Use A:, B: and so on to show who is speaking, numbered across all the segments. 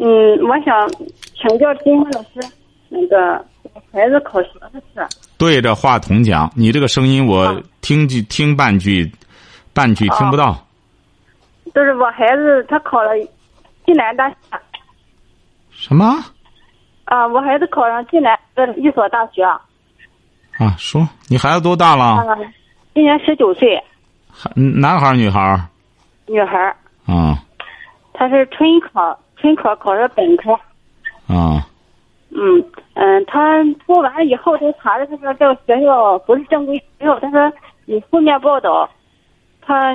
A: 嗯，我想请教金山老师，那个我孩子考学的事儿，
B: 对着话筒讲，你这个声音我听句听半句，半句听不到。
A: 就是我孩子他考了济南大学，
B: 什么？
A: 啊，我孩子考上济南的一所大学，啊，
B: 啊，说你孩子多大了？
A: 今年十九岁，
B: 孩男孩儿女孩儿？
A: 女孩儿，
B: 啊
A: 她是春考，春考考的本科，
B: 啊
A: 嗯嗯，她报完以后，她查的她说这个学校不是正规学校，她说你负面报道，她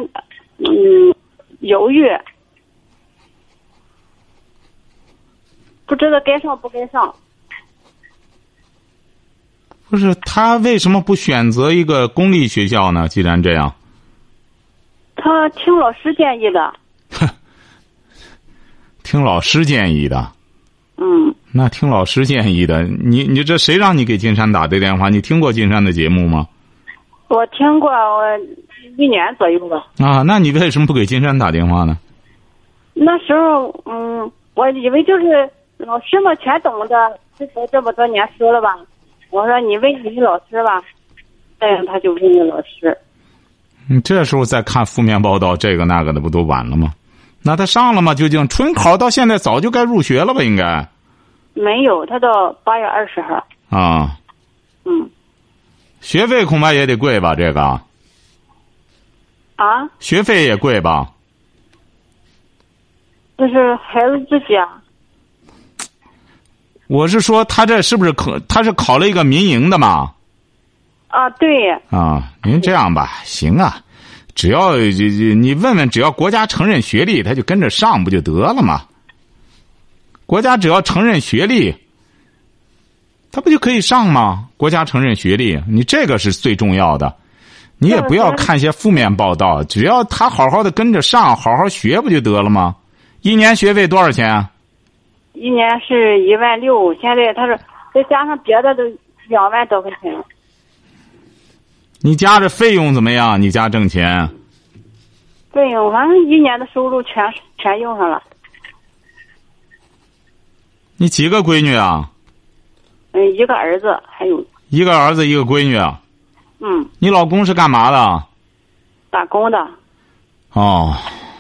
A: 嗯犹豫，不知道该上不该上。
B: 不是他为什么不选择一个公立学校呢？既然这样，
A: 他听老师建议的，
B: 听老师建议的，
A: 嗯，
B: 那听老师建议的，你你这谁让你给金山打的电话？你听过金山的节目吗？
A: 我听过我一年左右吧。
B: 啊，那你为什么不给金山打电话呢？
A: 那时候，嗯，我以为就是老师嘛，全懂的，之前这么多年说了吧。我说你问你问老师吧，哎呀，他就问了老师。
B: 你这时候再看负面报道，这个那个的，不都晚了吗？那他上了吗？究竟春考到现在早就该入学了吧？应该
A: 没有，他到八月二十号，
B: 啊，
A: 嗯，
B: 学费恐怕也得贵吧？这个。
A: 啊，
B: 学费也贵吧？
A: 就是孩子自己啊，
B: 我是说，他这是不是考？他是考了一个民营的嘛？
A: 啊，对，
B: 啊，您这样吧，行啊，只要这这你问问，只要国家承认学历，他就跟着上不就得了吗？国家只要承认学历，他不就可以上吗？国家承认学历，你这个是最重要的。你也不要看些负面报道，只要他好好的跟着上，好好学不就得了吗？一年学费多少钱啊？
A: 一年是一万六，现在他是再加上别的都两万多块钱。
B: 你家这费用怎么样？你家挣钱？
A: 费用，反正一年的收入全全用上了，
B: 你几个闺女啊？
A: 嗯，一个儿子，还有
B: 一个儿子，一个闺女。啊
A: 嗯，
B: 你老公是干嘛的？
A: 打工的，
B: 哦，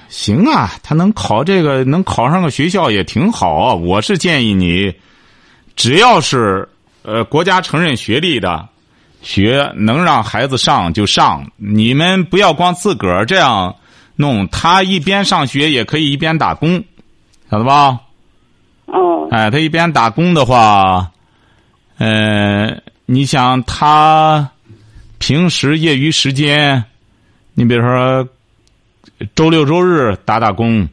B: 行啊，他能考这个，能考上个学校也挺好啊。我是建议你，只要是呃国家承认学历的学，能让孩子上就上。你们不要光自个儿这样弄，他一边上学也可以一边打工，晓得吧？
A: 哦，
B: 哎，他一边打工的话，呃，你想他平时业余时间，你比如说周六周日打打工，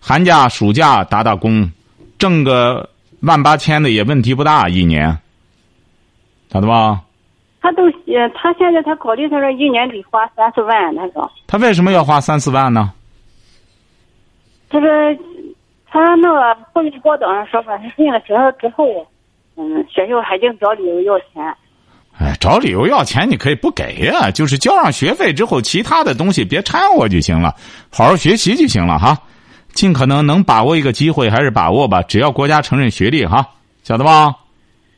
B: 寒假暑假打打工，挣个万八千的也问题不大，一年，晓得吧？
A: 他都呃他现在他考虑他说一年得花三四万，他说，
B: 他为什么要花三四万呢？
A: 他说，他说那个后面报道上说吧，他进了学校之后，嗯，学校还净找理由要钱，
B: 哎，找理由要钱你可以不给呀、就是交上学费之后，其他的东西别掺和就行了，好好学习就行了哈。尽可能能把握一个机会还是把握吧，只要国家承认学历哈，晓得吧？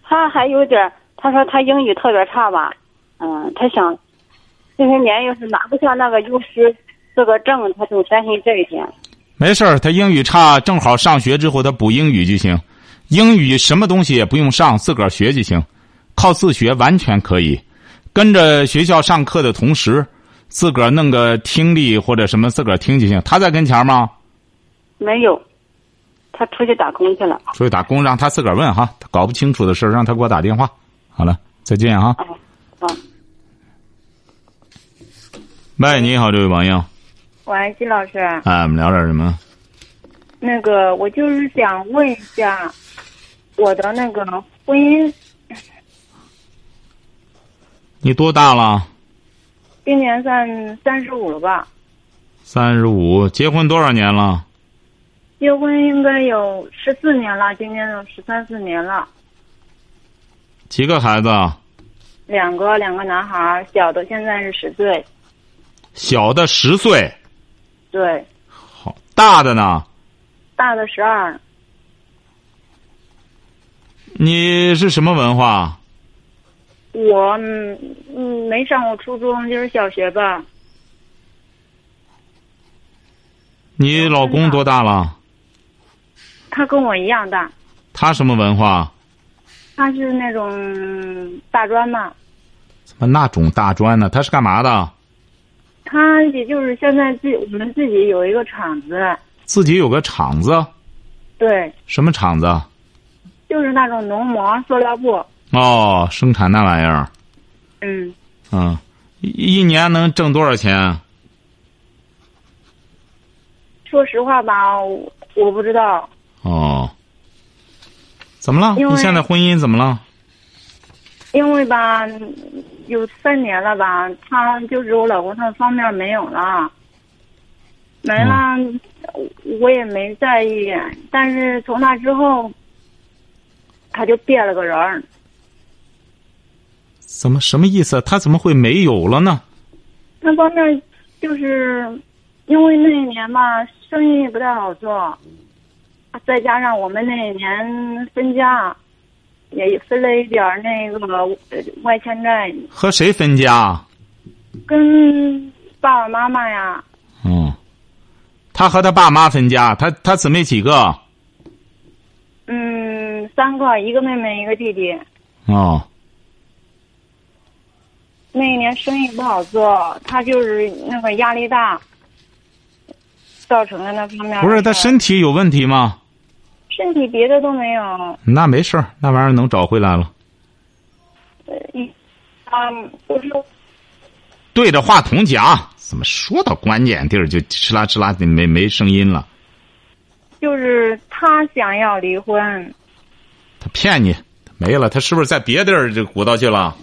A: 他还有点儿，他说他英语特别差吧，嗯，他想，这些年要是拿不下那个优师资格证，他就担心这一点。
B: 没事儿，他英语差，正好上学之后他补英语就行。英语什么东西也不用上，自个儿学就行，靠自学完全可以。跟着学校上课的同时，自个儿弄个听力或者什么，自个儿听就行。他在跟前儿吗？
A: 没有，他出去打工去了。
B: 出去打工，让他自个儿问哈，他搞不清楚的事儿让他给我打电话。好了，再见啊！
A: 啊啊！
B: 喂，你好，这位朋友，
C: 喂，金老师，
B: 哎，我们聊点什么？
D: 那个呃我就是想问一下我的那个婚姻，
B: 你多大了？
D: 今年算三十五了吧？
B: 三十五，结婚多少年了？
D: 结婚应该有十四年了，今年有十三四年了，
B: 几个孩子？
D: 两个两个男孩儿，小的现在是十岁，
B: 小的十岁，
D: 对，
B: 好，大的呢？
D: 大的十二，
B: 你是什么文化？
D: 我嗯嗯没上过初中，就是小学吧。
B: 你老公多大了？
D: 他跟我一样大，
B: 他什么文化？
D: 他是那种大专嘛，
B: 怎么那种大专呢？他是干嘛的？
D: 他也就是现在自己我们自己有一个厂子，
B: 自己有个厂子，
D: 对，
B: 什么厂子？
D: 就是那种农膜塑料布，
B: 哦，生产那玩意儿。
D: 嗯，
B: 嗯，一一年能挣多少钱？
D: 说实话吧，我我不知道，
B: 哦，怎么了？
D: 因为
B: 你现在婚姻怎么了？
D: 因为吧，有三年了吧，他就是我老公，他方面没有了，没了，我也没在意。但是从那之后，他就变了个人儿，
B: 怎么什么意思？他怎么会没有了呢？
D: 那方面就是因为那一年吧，生意不太好做，再加上我们那一年分家，也分了一点儿那个呃外欠债，
B: 和谁分家？
D: 跟爸爸妈妈呀，
B: 嗯，他和他爸妈分家，他他姊妹几个？
D: 嗯，三个，一个妹妹，一个弟弟。
B: 哦，
D: 那一年生意不好做，他就是那个压力大，造成的那方面的事儿。
B: 不是他身体有问题吗？
D: 身体别的都没有，
B: 那没事儿，那玩意儿能找回来了。
D: 嗯，啊，我是
B: 对着话筒讲，怎么说到关键地儿就哧啦哧啦的没没声音了？
D: 就是他想要离婚，
B: 他骗你，没了，他是不是在别地儿就鼓捣去了？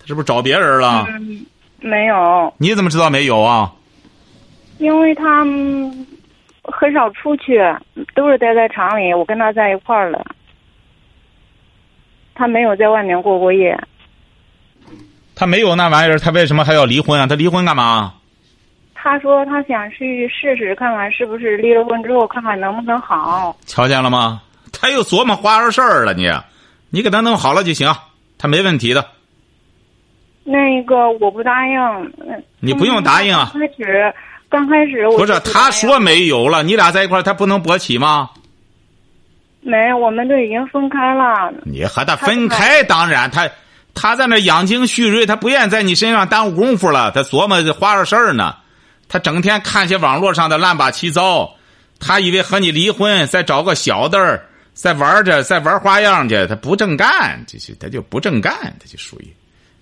B: 他是不是找别人了？
D: 嗯没有，
B: 你怎么知道没有啊？
D: 因为他嗯很少出去，都是待在厂里。我跟他在一块儿了，他没有在外面过过夜。
B: 他没有那玩意儿，他为什么还要离婚啊？他离婚干嘛？
D: 他说他想去试试看看，是不是离了婚之后看看能不能好。
B: 瞧见了吗？他又琢磨花儿事儿了你，你给他弄好了就行，他没问题的。
D: 那个我不答应。嗯
B: 你不用答应啊
D: 刚开始，刚开始我
B: 不是
D: 就答应
B: 他说没有了，你俩在一块儿，他不能勃起吗？
D: 没有，我们都已经分开了。
B: 你和他分开，当然他他在那养精蓄锐，他不愿意在你身上耽误功夫了，他琢磨这花着事儿呢，他整天看些网络上的乱八七糟，他以为和你离婚，再找个小的儿，再玩着，再玩花样去，他不正干，这是他就不正干，他就属于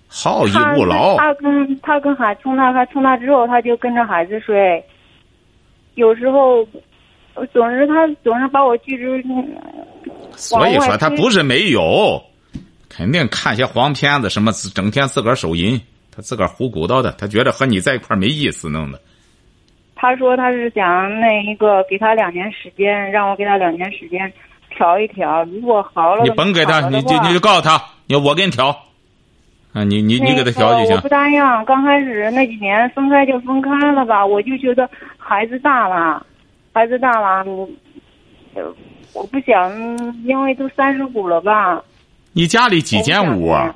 B: 好逸
D: 他
B: 恶劳。
D: 他跟他跟孩从那他从那之后，他就跟着孩子睡。有时候，呃总是他总是把我拒之。嗯
B: 所以
D: 往
B: 说
D: 外
B: 他
D: 推
B: 不是没有，肯定看些黄片子什么，整天自个儿手淫，他自个儿胡鼓捣的，他觉得和你在一块儿没意思，弄的。
D: 他说他是想那一个给他两年时间，让我给他两年时间调一调。如果好了，
B: 你甭给他，
D: 好
B: 你
D: 了的
B: 就
D: 话
B: 你就告诉他，你我给你调，啊，你你你给他调就
D: 哎那个我
B: 行
D: 不。答应。刚开始那几年分开就分开了吧，我就觉得孩子大了，孩子大了，我呃我不想，因为都三十五了吧。
B: 你家里几间屋啊？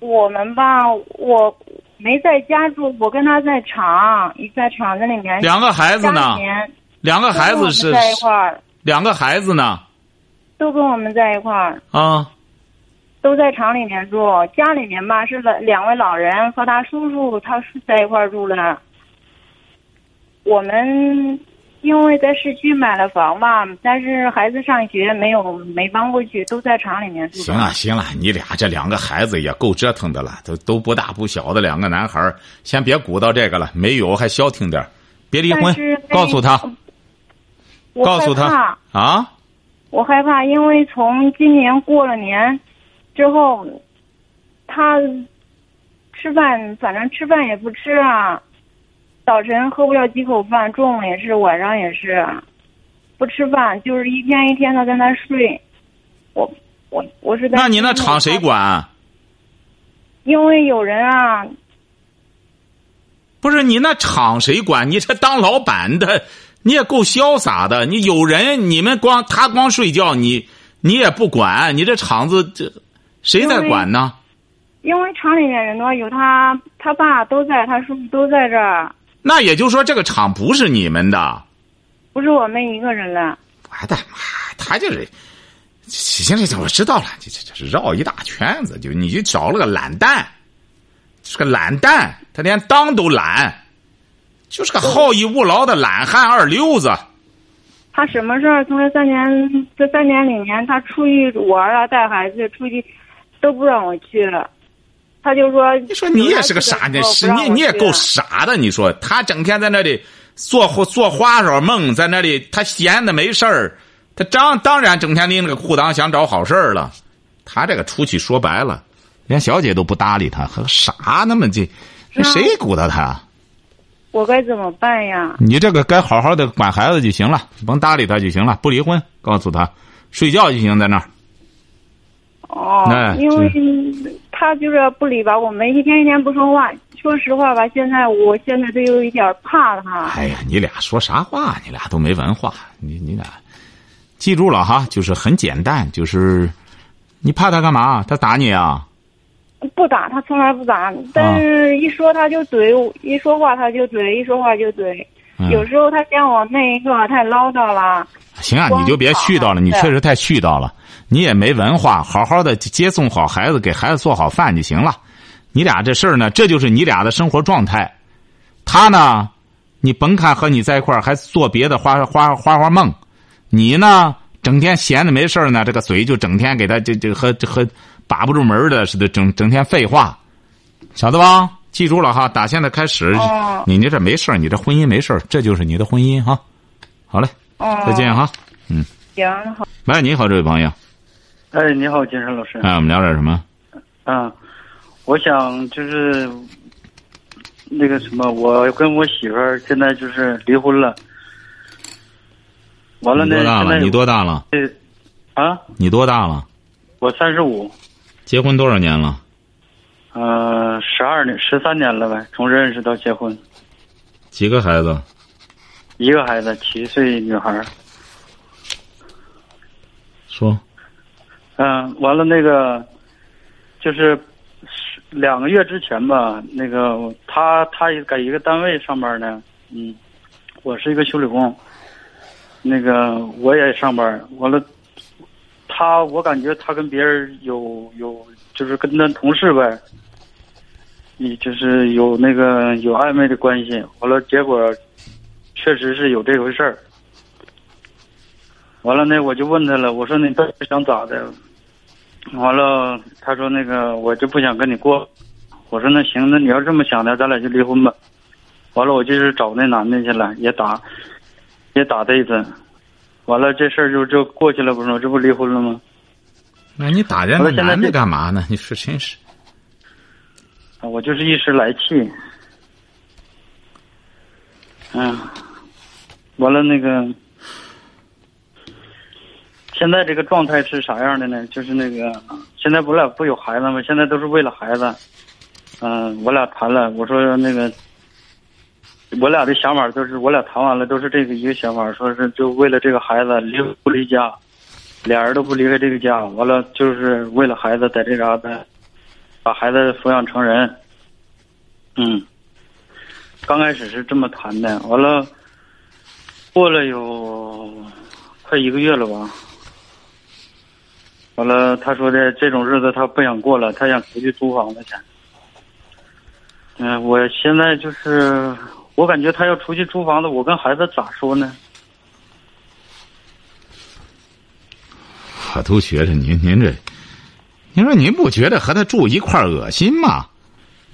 D: 我们吧，我没在家住，我跟他在厂，一在厂子里面。
B: 两个孩子
D: 家
B: 呢
D: 里？面
B: 两个孩子
D: 都
B: 是
D: 跟我们在一块儿，
B: 两个孩子呢？
D: 都跟我们在一块儿，
B: 啊，
D: 都在厂里面住。家里面吧是两两位老人和他叔叔，他是在一块儿住的。我们因为在市区买了房吧，但是孩子上学没有没搬过去，都在厂里面住。
B: 行了，行了，你俩这两个孩子也够折腾的了，都都不大不小的两个男孩儿先别鼓捣这个了，没有还消停点儿别离婚
D: 但是，那
B: 告诉他，
D: 我
B: 告诉
D: 害怕
B: 他啊，
D: 我害怕，因为从今年过了年之后，他吃饭反正吃饭也不吃啊，早晨喝不了几口饭，中午也是，晚上也是，不吃饭，就是一天一天的跟他睡。我我我是担
B: 那你
D: 心
B: 那
D: 我
B: 厂谁
D: 怕？
B: 管？啊
D: 因为有人啊，
B: 不是你那厂谁管？你这当老板的，你也够潇洒的。你有人，你们光他光睡觉，你你也不管，你这厂子这谁在管呢？哎
D: 因为厂里面人多，有他他爸都在，他叔叔都在这儿，
B: 那也就是说，这个厂不是你们的。
D: 不是我们一个人了。
B: 我的妈，他就是，行行行，我知道了，这这这是绕一大圈子，就你就找了个懒蛋，是个懒蛋，他连当都懒，就是个好逸恶劳的懒汉二流子。
D: 他什么事儿？从这三年这三年里面，他出去玩啊，带孩子出去，都不让我去了。他就说：“
B: 你说你也是个哦傻，你是你你也够傻的。你说他整天在那里做花做花哨梦，在那里他闲的没事儿，他当当然整天拎着个裤裆想找好事儿了。他这个出去说白了，连小姐都不搭理他，和傻那么这，这
D: 那
B: 谁鼓捣他？啊
D: 我该怎么办呀？
B: 你这个该好好的管孩子就行了，甭搭理他就行了，不离婚，告诉他睡觉就行，在那儿。
D: 哦，
B: 哎
D: 因为他就是不理吧，我们一天一天不说话。说实话吧，现在我现在都有一点怕他。
B: 哎呀，你俩说啥话？你俩都没文化，你你俩记住了哈，就是很简单，就是你怕他干嘛？他打你啊？
D: 不打他从来不打，但是一说他就怼我，一说话他就怼，一说话就怼。
B: 嗯
D: 有时候他嫌我那一个太唠叨了。
B: 行啊，
D: 光
B: 你就别絮叨了，你
D: 对
B: 确实太絮叨了，你也没文化，好好的接送好孩子，给孩子做好饭就行了。你俩这事儿呢，这就是你俩的生活状态。他呢，你甭看和你在一块儿还做别的花花花花梦，你呢整天闲着没事儿呢，这个嘴就整天给他这这和这和把不住门儿的似的，整整天废话，晓得吧？记住了哈，打现在开始，
D: 哦
B: 你你这没事儿，你这婚姻没事儿，这就是你的婚姻哈。好嘞，
D: 哦，
B: 再见哈。
D: 行，好。
B: 喂，你好，这位朋友，
E: 哎，你好，金山老师。
B: 哎，我们聊点什么？
E: 嗯，我想就是那个什么，我跟我媳妇儿现在就是离婚了。完了
B: 你
E: 呢，
B: 多大
E: 现在
B: 了？你多大了？
E: 呃啊？
B: 你多大了？
E: 我三十五，
B: 结婚多少年了？
E: 呃，十二年、十三年了呗，从认识到结婚，
B: 几个孩子？
E: 一个孩子，七岁女孩儿。
B: 说
E: 嗯，完了那个，就是两个月之前吧，那个他他也在一个单位上班呢，嗯，我是一个修理工，那个我也上班，完了，他我感觉他跟别人有有就是跟他同事呗，你就是有那个有暧昧的关系，完了结果确实是有这回事儿。完了呢，我就问他了，我说你到底想咋的？完了，他说那个我就不想跟你过。我说那行，那你要这么想的，咱俩就离婚吧。完了，我就是找那男的去了，也打，也打他一顿。完了，这事儿就就过去了，不是吗？这不离婚了吗？
B: 那你打人
E: 我
B: 那
E: 现在
B: 男的
E: 这
B: 干嘛呢？你说真是，
E: 啊我就是一时来气。嗯，完了那个，现在这个状态是啥样的呢？就是那个，现在我俩不有孩子吗？现在都是为了孩子。嗯、我俩谈了，我说那个，我俩的想法都是，我俩谈完了都是这个一个想法，说是就为了这个孩子离不离家，俩人都不离开这个家，完了就是为了孩子在这嘎达把孩子抚养成人。嗯，刚开始是这么谈的，完了，过了有快一个月了吧。完了，他说的这种日子他不想过了，他想出去租房子去。嗯、我现在就是，我感觉他要出去租房子，我跟孩子咋说呢？
B: 我都觉着您您这，您说您不觉得和他住一块儿恶心吗？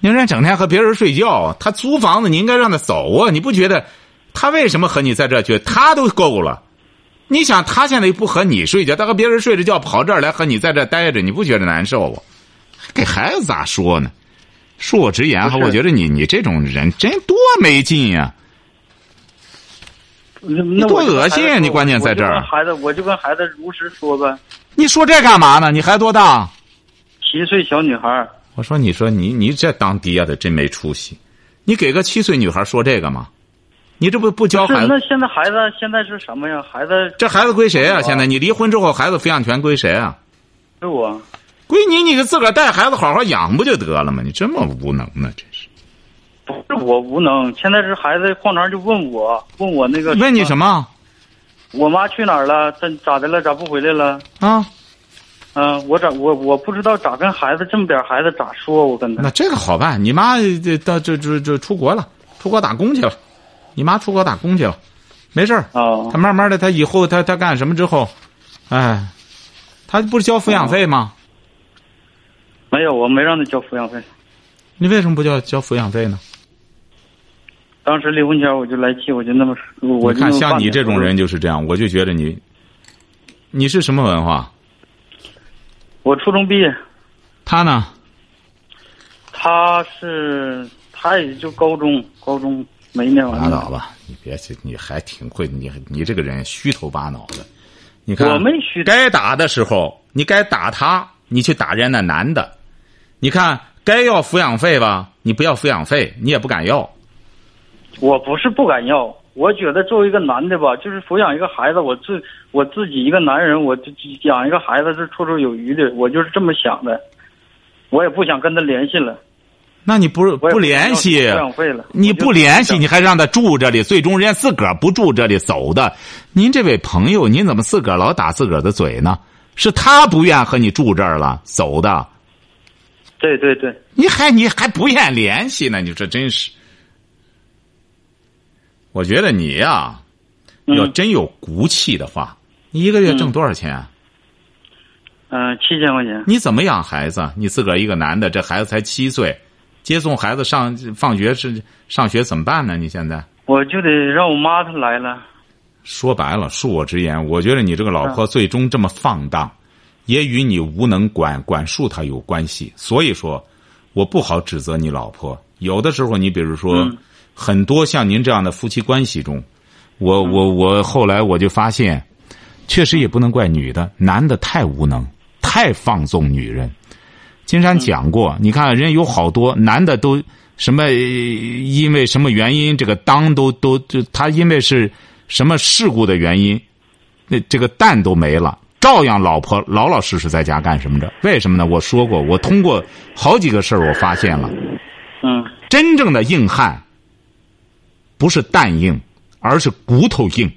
B: 您人家整天和别人睡觉，他租房子你应该让他走啊！你不觉得他为什么和你在这儿去？他都够了，你想他现在又不和你睡觉，他和别人睡着觉跑这儿来和你在这儿待着，你不觉得难受啊？给孩子咋说呢？恕我直言哈，
E: 不是
B: 我觉得你你这种人真多没劲啊呀、
E: 那
B: 你
E: 那
B: 多
E: 我就跟
B: 恶心呀
E: 孩子
B: 你
E: 说
B: 关键在这儿
E: 我就跟孩子，我就跟孩子如实说呗。
B: 你说这干嘛呢？你孩子多大？
E: 七岁小女孩儿，
B: 我说，你说你你这当爹的真没出息，你给个七岁女孩说这个吗？你这不不教
E: 是
B: 孩子
E: 那？现在孩子现在是什么呀？孩子
B: 这孩子归谁啊？现在你离婚之后，孩子抚养权归谁啊？
E: 是我，
B: 归你，你就自个儿带孩子好好养不就得了吗？你这么无能呢，真是。
E: 不是我无能。现在是孩子晃堂就问我，问我那个
B: 问你什
E: 么？
B: 么
E: 我妈去哪儿了？咋咋的了？咋不回来了？
B: 啊？
E: 嗯、我咋我我不知道咋跟孩子这么点儿孩子咋说？我跟
B: 那
E: 他
B: 这个好办，你妈呃这到这这这出国了，出国打工去了，你妈出国打工去了，没事儿，
E: 哦
B: 她慢慢的，她以后她她干什么之后，哎，她不是交抚养费吗？
E: 没有，我没让他交抚养费。
B: 你为什么不交交抚养费呢？
E: 当时离婚前我就来气，我就那么说我
B: 你
E: 就
B: 看
E: 那么
B: 像
E: 办
B: 你
E: 的
B: 这种人，就是这样，我就觉得你，你是什么文化？
E: 我初中毕业，
B: 他呢？
E: 他是他也就高中高中没念完
B: 拉倒
E: 呢。
B: 吧，你别去，你还挺会，你你这个人虚头巴脑的。你看，
E: 我没虚的，
B: 该打的时候，你该打他，你去打人家那男的。你看，该要抚养费吧，你不要抚养费，你也不敢要。
E: 我不是不敢要，我觉得作为一个男的吧，就是抚养一个孩子，我自我自己一个男人，我就养一个孩子是绰绰有余的，我就是这么想的。我也不想跟他联系了，
B: 那你不是
E: 我也
B: 不联系
E: 想要抚养费了，
B: 你不联系，
E: 我就
B: 你还让他住这里，最终人家自个儿不住这里走的。您这位朋友，您怎么自个儿老打自个儿的嘴呢？是他不愿和你住这儿了，走的。
E: 对对对，
B: 你还你还不愿联系呢？你说真是，我觉得你呀、
E: 嗯
B: 要真有骨气的话，你一个月挣多少钱啊、
E: 嗯，七千块钱，
B: 你怎么养孩子啊？你自个儿一个男的，这孩子才七岁，接送孩子上放学是上学怎么办呢？你现在
E: 我就得让我妈她来了。
B: 说白了，恕我直言，我觉得你这个老婆最终这么放荡，也与你无能管管束她有关系。所以说，我不好指责你老婆。有的时候，你比如说，
E: 嗯
B: 很多像您这样的夫妻关系中，我我我后来我就发现，确实也不能怪女的，男的太无能，太放纵女人。金山讲过，你看人有好多男的都什么，呃因为什么原因，这个当都都就他因为是什么事故的原因，那这个蛋都没了，照样老婆老老实实在家干什么着？为什么呢？我说过，我通过好几个事儿我发现了，
E: 嗯，
B: 真正的硬汉不是蛋硬，而是骨头硬。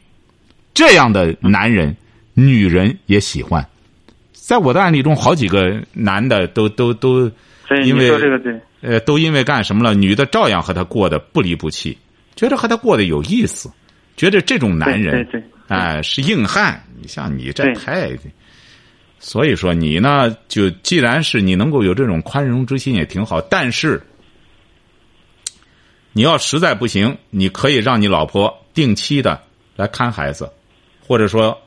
B: 这样的男人，女人也喜欢。在我的案例中，好几个男的都都都
E: 对，
B: 因
E: 你
B: 为
E: 说这个对，
B: 呃，都因为干什么了，女的照样和他过得不离不弃，觉得和他过得有意思，觉得这种男人，
E: 对对对
B: 哎、是硬汉。你像你这
E: 对
B: 太，所以说你呢，就既然是你能够有这种宽容之心也挺好，但是你要实在不行，你可以让你老婆定期的来看孩子，或者说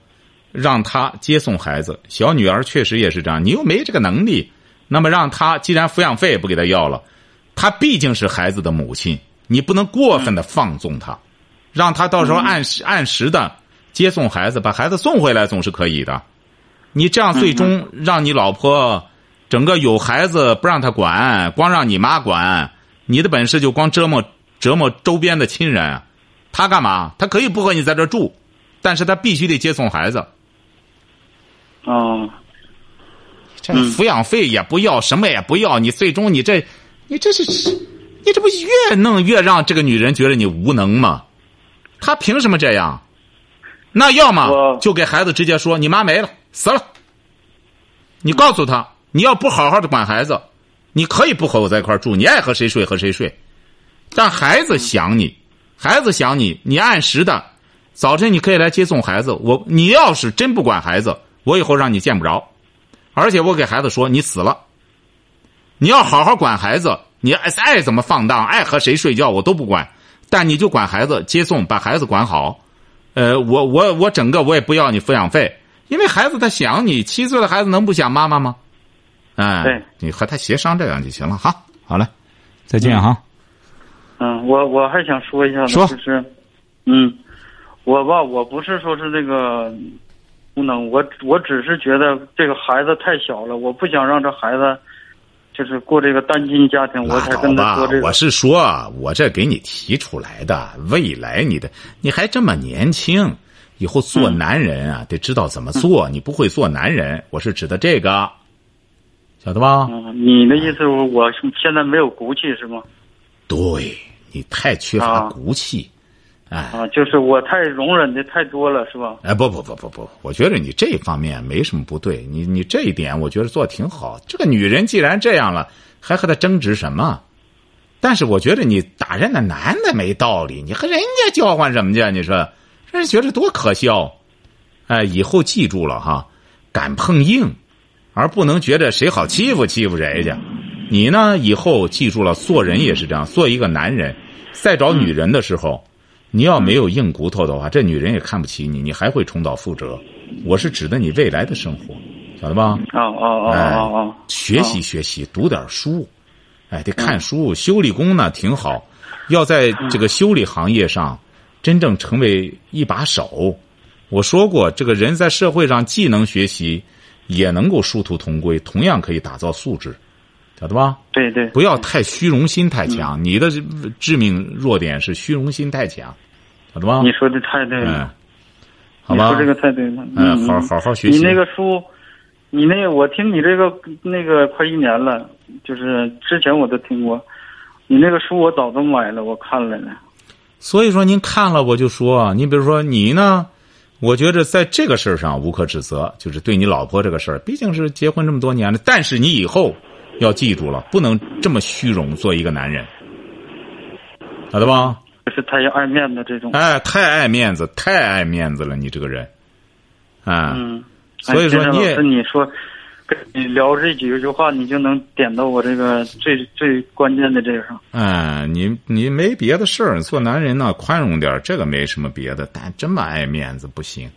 B: 让她接送孩子。小女儿确实也是这样，你又没这个能力，那么让她既然抚养费也不给她要了，她毕竟是孩子的母亲，你不能过分的放纵她，让她到时候按时按时的接送孩子，把孩子送回来总是可以的。你这样最终让你老婆整个有孩子不让她管，光让你妈管，你的本事就光折磨折磨周边的亲人。她干嘛？她可以不和你在这住，但是她必须得接送孩子。
E: 哦，
B: 这抚养费也不要，什么也不要，你最终你这，你这是，你这不越弄越让这个女人觉得你无能吗？她凭什么这样？那要么
E: 我
B: 就给孩子直接说你妈没了，死了。你告诉她，你要不好好的管孩子，你可以不和我在一块儿住，你爱和谁睡和谁睡，但孩子想你，孩子想你，你按时的，早晨你可以来接送孩子。我你要是真不管孩子，我以后让你见不着。而且我给孩子说，你死了，你要好好管孩子，你爱爱怎么放荡，爱和谁睡觉我都不管，但你就管孩子接送，把孩子管好。呃，我我我整个我也不要你抚养费，因为孩子他想你，七岁的孩子能不想妈妈吗？哎
E: 对，
B: 你和他协商这样就行了哈。好嘞，再见啊哈。
E: 嗯，我我还想说一下呢，
B: 说
E: 就是，嗯，我吧，我不是说是那个无能，我我只是觉得这个孩子太小了，我不想让这孩子就是过这个单亲家庭，我
B: 拉
E: 才
B: 倒
E: 跟他
B: 吧
E: 说这，个
B: 我。是说啊，我这给你提出来的，未来你的你还这么年轻，以后做
E: 嗯
B: 男人啊，得知道怎么做。你不会做男人，我是指的这个，晓得吧？
E: 嗯，你的意思我我现在没有骨气是吗？
B: 对你太缺乏
E: 啊
B: 骨气，哎
E: 啊，就是我太容忍的太多了是吧？
B: 哎，不不不不不，我觉得你这方面没什么不对，你你这一点我觉得做得挺好。这个女人既然这样了，还和她争执什么？但是我觉得你打人那男的没道理，你和人家叫唤什么去？你说，让人觉得多可笑。哎，以后记住了哈，敢碰硬，而不能觉得谁好欺负欺负谁去。你呢，以后记住了，做人也是这样，做一个男人，再找女人的时候。你要没有硬骨头的话，这女人也看不起你，你还会重蹈覆辙。我是指的你未来的生活，晓得吧？
E: 哦哦哦
B: 哎
E: 哦哦，
B: 学习学习，读点书，哎，得看书。修理工呢挺好，要在这个修理行业上真正成为一把手。我说过，这个人在社会上既能学习，也能够殊途同归，同样可以打造素质，晓得吧？
E: 对对，
B: 不要太虚荣心太强，你的致命弱点是虚荣心太强，晓得吧？
E: 你说的太对了
B: 嗯，。好吧，
E: 你说这个太对了。
B: 嗯
E: 嗯，
B: 好好好学习
E: 你那个书，你那个我听你这个那个快一年了，就是之前我都听过。你那个书我早都买了，我看了呢。
B: 所以说您看了我就说，啊你比如说你呢，我觉着在这个事儿上无可指责，就是对你老婆这个事儿，毕竟是结婚这么多年了。但是你以后要记住了，不能这么虚荣做一个男人，晓得吧？
E: 就是太爱面子这种。
B: 哎，太爱面子，太爱面子了，你这个人，啊、
E: 嗯，
B: 所以说
E: 哎真
B: 你也
E: 是老师你说跟你聊这几句话，你就能点到我这个最最关键的这个上。
B: 哎，你你没别的事儿，做男人呢宽容点儿，这个没什么别的，但这么爱面子不行。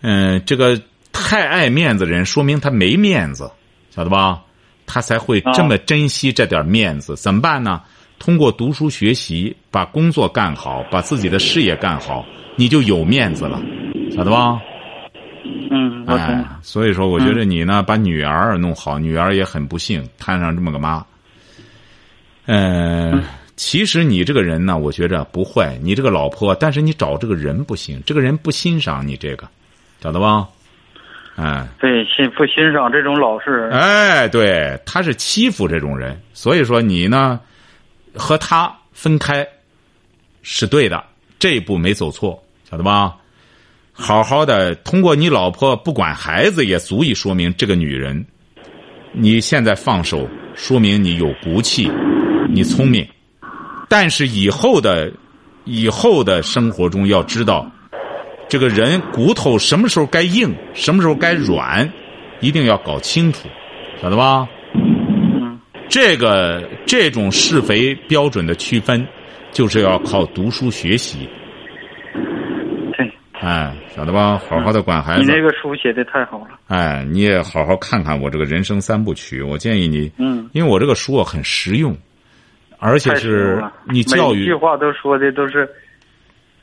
B: 嗯，这个太爱面子的人，说明他没面子，晓得吧？他才会这么珍惜这点面子。怎么办呢？通过读书学习，把工作干好，把自己的事业干好，你就有面子了，晓得吧？
E: 嗯，我懂
B: 哎。，所以说，我觉得你呢，把女儿弄好，女儿也很不幸摊上这么个妈。嗯，其实你这个人呢，我觉着不坏，你这个老婆，但是你找这个人不行，这个人不欣赏你这个，晓得吧？哎
E: 对，欣不欣赏这种老实人？
B: 哎，对，他是欺负这种人，所以说你呢，和他分开是对的，这一步没走错，晓得吧？好好的，通过你老婆不管孩子，也足以说明这个女人，你现在放手，说明你有骨气，你聪明。但是以后的，以后的生活中要知道，这个人骨头什么时候该硬，什么时候该软，一定要搞清楚，晓得吧？
E: 嗯，
B: 这个这种是非标准的区分，就是要靠读书学习，
E: 对，
B: 哎，晓得吧？好好的管孩
E: 你
B: 子，
E: 那个书写的太好了。
B: 哎，你也好好看看我这个人生三部曲。我建议你，
E: 嗯，
B: 因为我这个书啊很实用，而且
E: 太实
B: 是
E: 用了
B: 你教
E: 每一
B: 育
E: 句话都说的都是，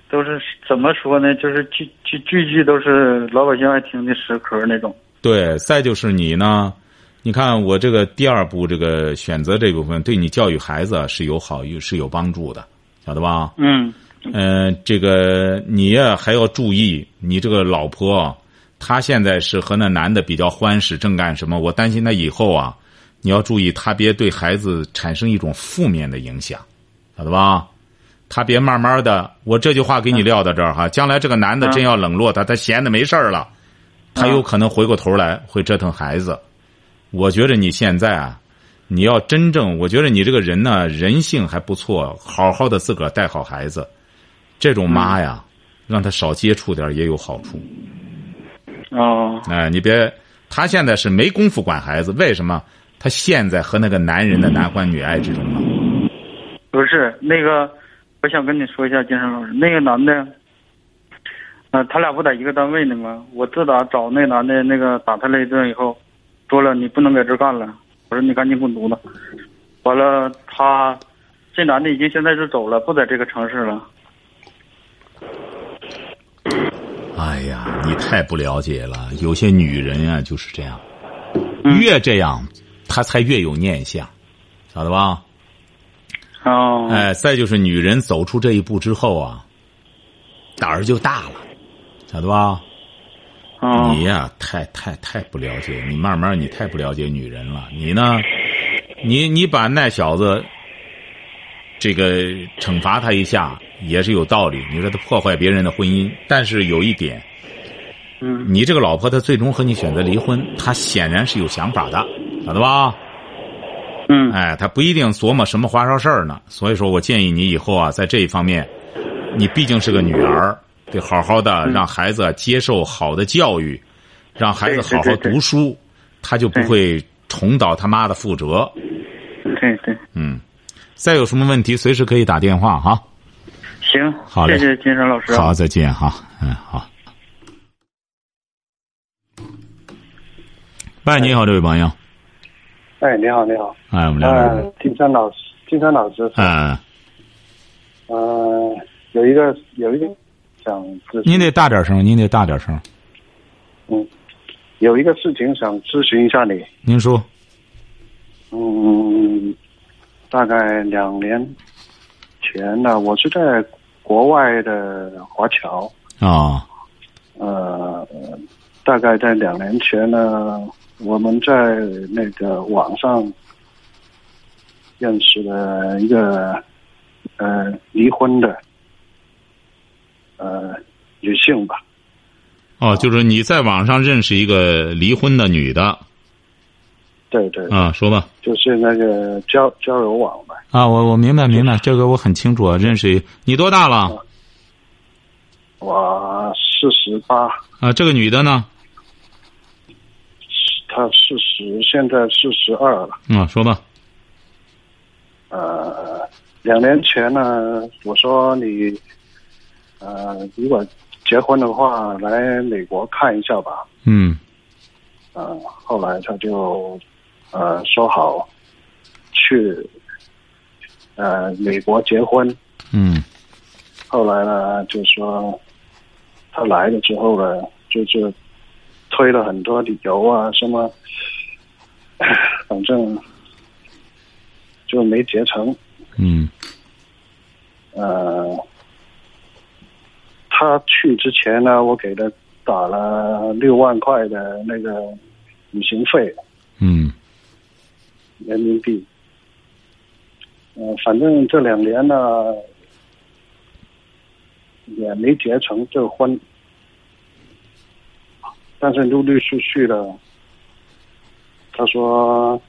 E: 都是怎么说呢？就是句句句句都是老百姓爱听的实嗑那种。
B: 对，再就是你呢，你看我这个第二步这个选择这部分，对你教育孩子啊是有好有是有帮助的，晓得吧？
E: 嗯，
B: 嗯，这个你呀、还要注意，你这个老婆啊，她现在是和那男的比较欢实，正干什么？我担心她以后啊，你要注意，她别对孩子产生一种负面的影响，晓得吧？她别慢慢的，我这句话给你撂到这儿哈，将来这个男的真要冷落她，她闲的没事儿了，她有可能回过头来会折腾孩子。我觉得你现在啊，你要真正，我觉得你这个人呢，人性还不错，好好的自个儿带好孩子。这种妈呀，让她少接触点儿也有好处。
E: 哦，
B: 哎，你别，她现在是没工夫管孩子，为什么？她现在和那个男人的男欢女爱之中了。
E: 不是那个，我想跟你说一下，金山老师，那个男的，呃，他俩不在一个单位呢吗？我自打找那男的那个打他了一顿以后，说了你不能在这儿干了，我说你赶紧滚犊子。完了，他这男的已经现在就走了，不在这个城市了。
B: 哎呀，你太不了解了，有些女人啊就是这样，
E: 嗯
B: 越这样，她才越有念想，晓得吧？
E: 哦，
B: 哎，再就是女人走出这一步之后啊，胆儿就大了，晓得吧？
E: 哦
B: 你，呀、太太太不了解你，慢慢你太不了解女人了。你呢，你你把那小子这个惩罚他一下也是有道理。你说他破坏别人的婚姻，但是有一点，
E: 嗯，
B: 你这个老婆她最终和你选择离婚，她显然是有想法的，晓得吧？
E: 嗯，
B: 哎，她不一定琢磨什么花哨事儿呢。所以说我建议你以后啊，在这一方面，你毕竟是个女儿，得好好的让孩子接受好的教育，让孩子
E: 对对
B: 好好
E: 对对
B: 读书，他就不
E: 对
B: 会重蹈他妈的覆辙。
E: 对对，
B: 嗯，再有什么问题随时可以打电话哈。
E: 行，
B: 好嘞
E: 谢谢金山老师啊。
B: 好，再见哈。嗯，好。喂，你好，这位朋友。
F: 哎，你好，你好，啊
B: 哎，我们聊聊。
F: 呃，金山老师，金山老师，
B: 嗯，
F: 呃，有一个有一个想咨询，
B: 您得大点声，您得大点声。
F: 嗯，有一个事情想咨询一下你，
B: 您说，
F: 嗯，大概两年前呢，我是在国外的华侨，
B: 啊、
F: 呃，大概在两年前呢，我们在那个网上认识了一个呃离婚的呃女性吧，
B: 哦，就是你在网上认识一个离婚的女的
F: 对对，
B: 啊，说吧。
F: 就是那个交交友网吧，
B: 啊，我我明白明白，这个我很清楚。认识你多大了？
F: 我四十八，
B: 啊，这个女的呢？
F: 她四十，现在四十二了，
B: 啊，说吧。
F: 呃，两年前呢，我说你，呃，如果结婚的话，来美国看一下吧。
B: 嗯
F: 呃，后来他就，呃，说好去，呃，美国结婚。
B: 嗯
F: 后来呢，就说他来了之后呢，就是推了很多理由啊，什么， 反正就没结成。
B: 嗯
F: 呃，他去之前呢，我给他打了六万块的那个旅行费
B: 嗯
F: 人民币。呃，反正这两年呢，也没结成这婚，但是陆陆续续的，他说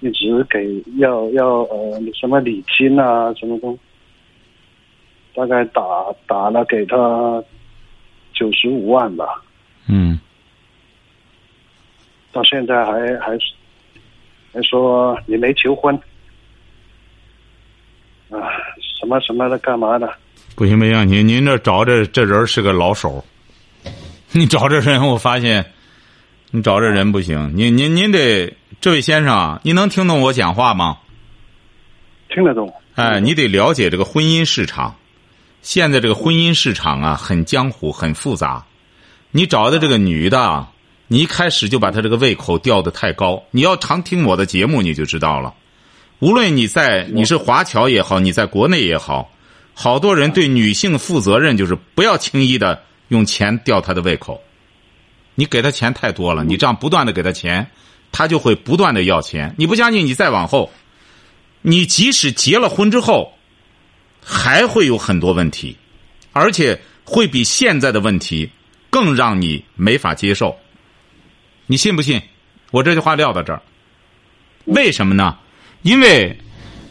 F: 一直给要要呃什么礼金啊什么东西，大概打打了给他九十五万吧，
B: 嗯
F: 到现在还还还说你没求婚啊，什么什么的干嘛的？
B: 不行不行，您您这找这这人是个老手儿， 你找这人，我发现你找这人不行。您您您得，这位先生啊，您能听懂我讲话吗？
F: 听得懂？
B: 哎，你得了解这个婚姻市场。现在这个婚姻市场啊，很江湖，很复杂。你找的这个女的啊，你一开始就把她这个胃口吊得太高。你要常听我的节目，你就知道了。无论你在你是华侨也好，你在国内也好，好多人对女性负责任，就是不要轻易的用钱吊她的胃口。你给她钱太多了，你这样不断的给她钱，她就会不断的要钱。你不相信，你再往后，你即使结了婚之后，还会有很多问题，而且会比现在的问题更让你没法接受。你信不信？我这句话撂到这儿，为什么呢？因为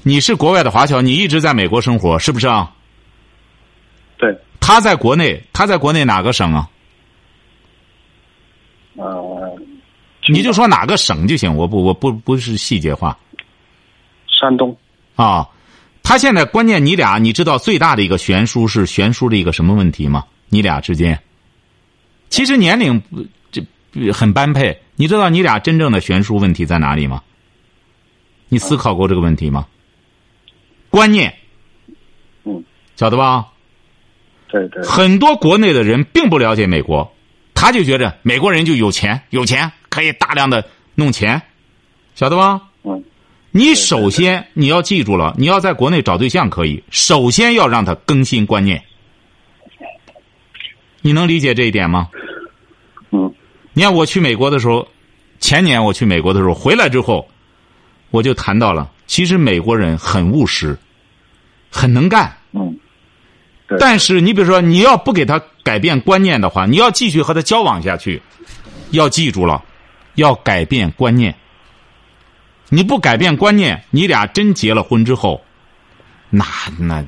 B: 你是国外的华侨，你一直在美国生活，是不是啊？
F: 对，
B: 他在国内，他在国内哪个省啊？
F: 呃，
B: 你就说哪个省就行，我不，我不不是细节化。
F: 山东
B: 啊，他现在关键你俩，你知道最大的一个悬殊是悬殊的一个什么问题吗？你俩之间，其实年龄不这不很般配。你知道你俩真正的悬殊问题在哪里吗？你思考过这个问题吗？观念，
F: 嗯，
B: 晓得吧？
F: 对对，
B: 很多国内的人并不了解美国，他就觉着美国人就有钱，有钱可以大量的弄钱，晓得吧？
F: 嗯，
B: 你首先你要记住了，你要在国内找对象可以，首先要让他更新观念。你能理解这一点吗？
F: 嗯，
B: 你看我去美国的时候，前年我去美国的时候，回来之后，我就谈到了，其实美国人很务实，很能干。
F: 嗯，对
B: 但是你比如说，你要不给他改变观念的话，你要继续和他交往下去，要记住了，要改变观念。你不改变观念，你俩真结了婚之后，那那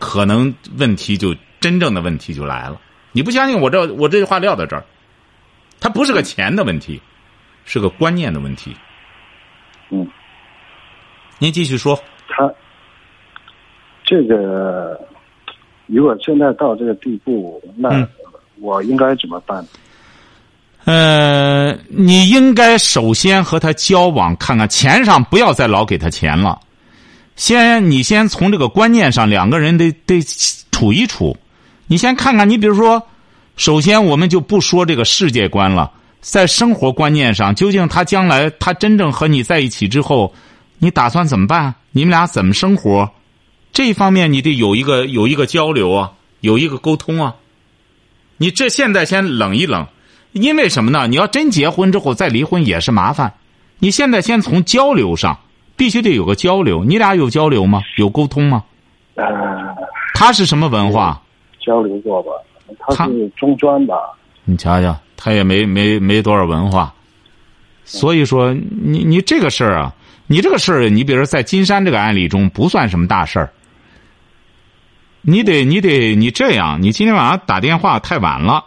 B: 可能问题就真正的问题就来了。你不相信我这我这句话撂到这儿，它不是个钱的问题，是个观念的问题。
F: 嗯，
B: 您继续说。
F: 他这个如果现在到这个地步，那
B: 嗯
F: 我应该怎么办？
B: 呃，你应该首先和他交往，看看钱上不要再老给他钱了。先，你先从这个观念上，两个人得得处一处。你先看看，你比如说，首先我们就不说这个世界观了，在生活观念上，究竟他将来他真正和你在一起之后，你打算怎么办？你们俩怎么生活？这一方面你得有一个有一个交流啊，有一个沟通啊。你这现在先冷一冷，因为什么呢？你要真结婚之后再离婚也是麻烦。你现在先从交流上，必须得有个交流。你俩有交流吗？有沟通吗？
F: 呃，
B: 他是什么文化？
F: 交流过吧？
B: 他
F: 他是中专吧？
B: 你瞧瞧，他也没没没多少文化。所以说，你你这个事儿啊，你这个事儿，你比如说在金山这个案例中不算什么大事儿。你得你得你这样，你今天晚上打电话太晚了，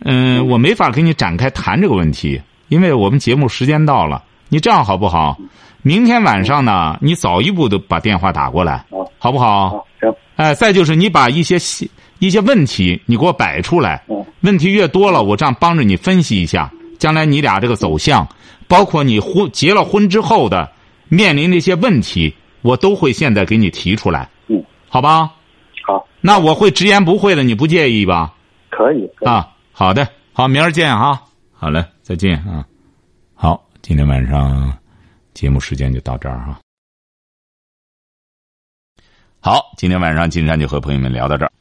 B: 嗯、我没法跟你展开谈这个问题，因为我们节目时间到了。你这样好不好？明天晚上呢，你早一步的把电话打过来
F: 好，
B: 好不好？
F: 啊，行，
B: 哎，再就是你把一些细一些问题你给我摆出来
F: 嗯，
B: 问题越多了，我这样帮着你分析一下将来你俩这个走向，包括你婚结了婚之后的面临的一些问题，我都会现在给你提出来，
F: 嗯，
B: 好吧？
F: 好，
B: 那我会直言不讳的，你不介意吧？
F: 可以，可以，
B: 啊，好的，好，明儿见啊。好嘞，再见啊。好，今天晚上节目时间就到这儿啊。好，今天晚上金山就和朋友们聊到这儿。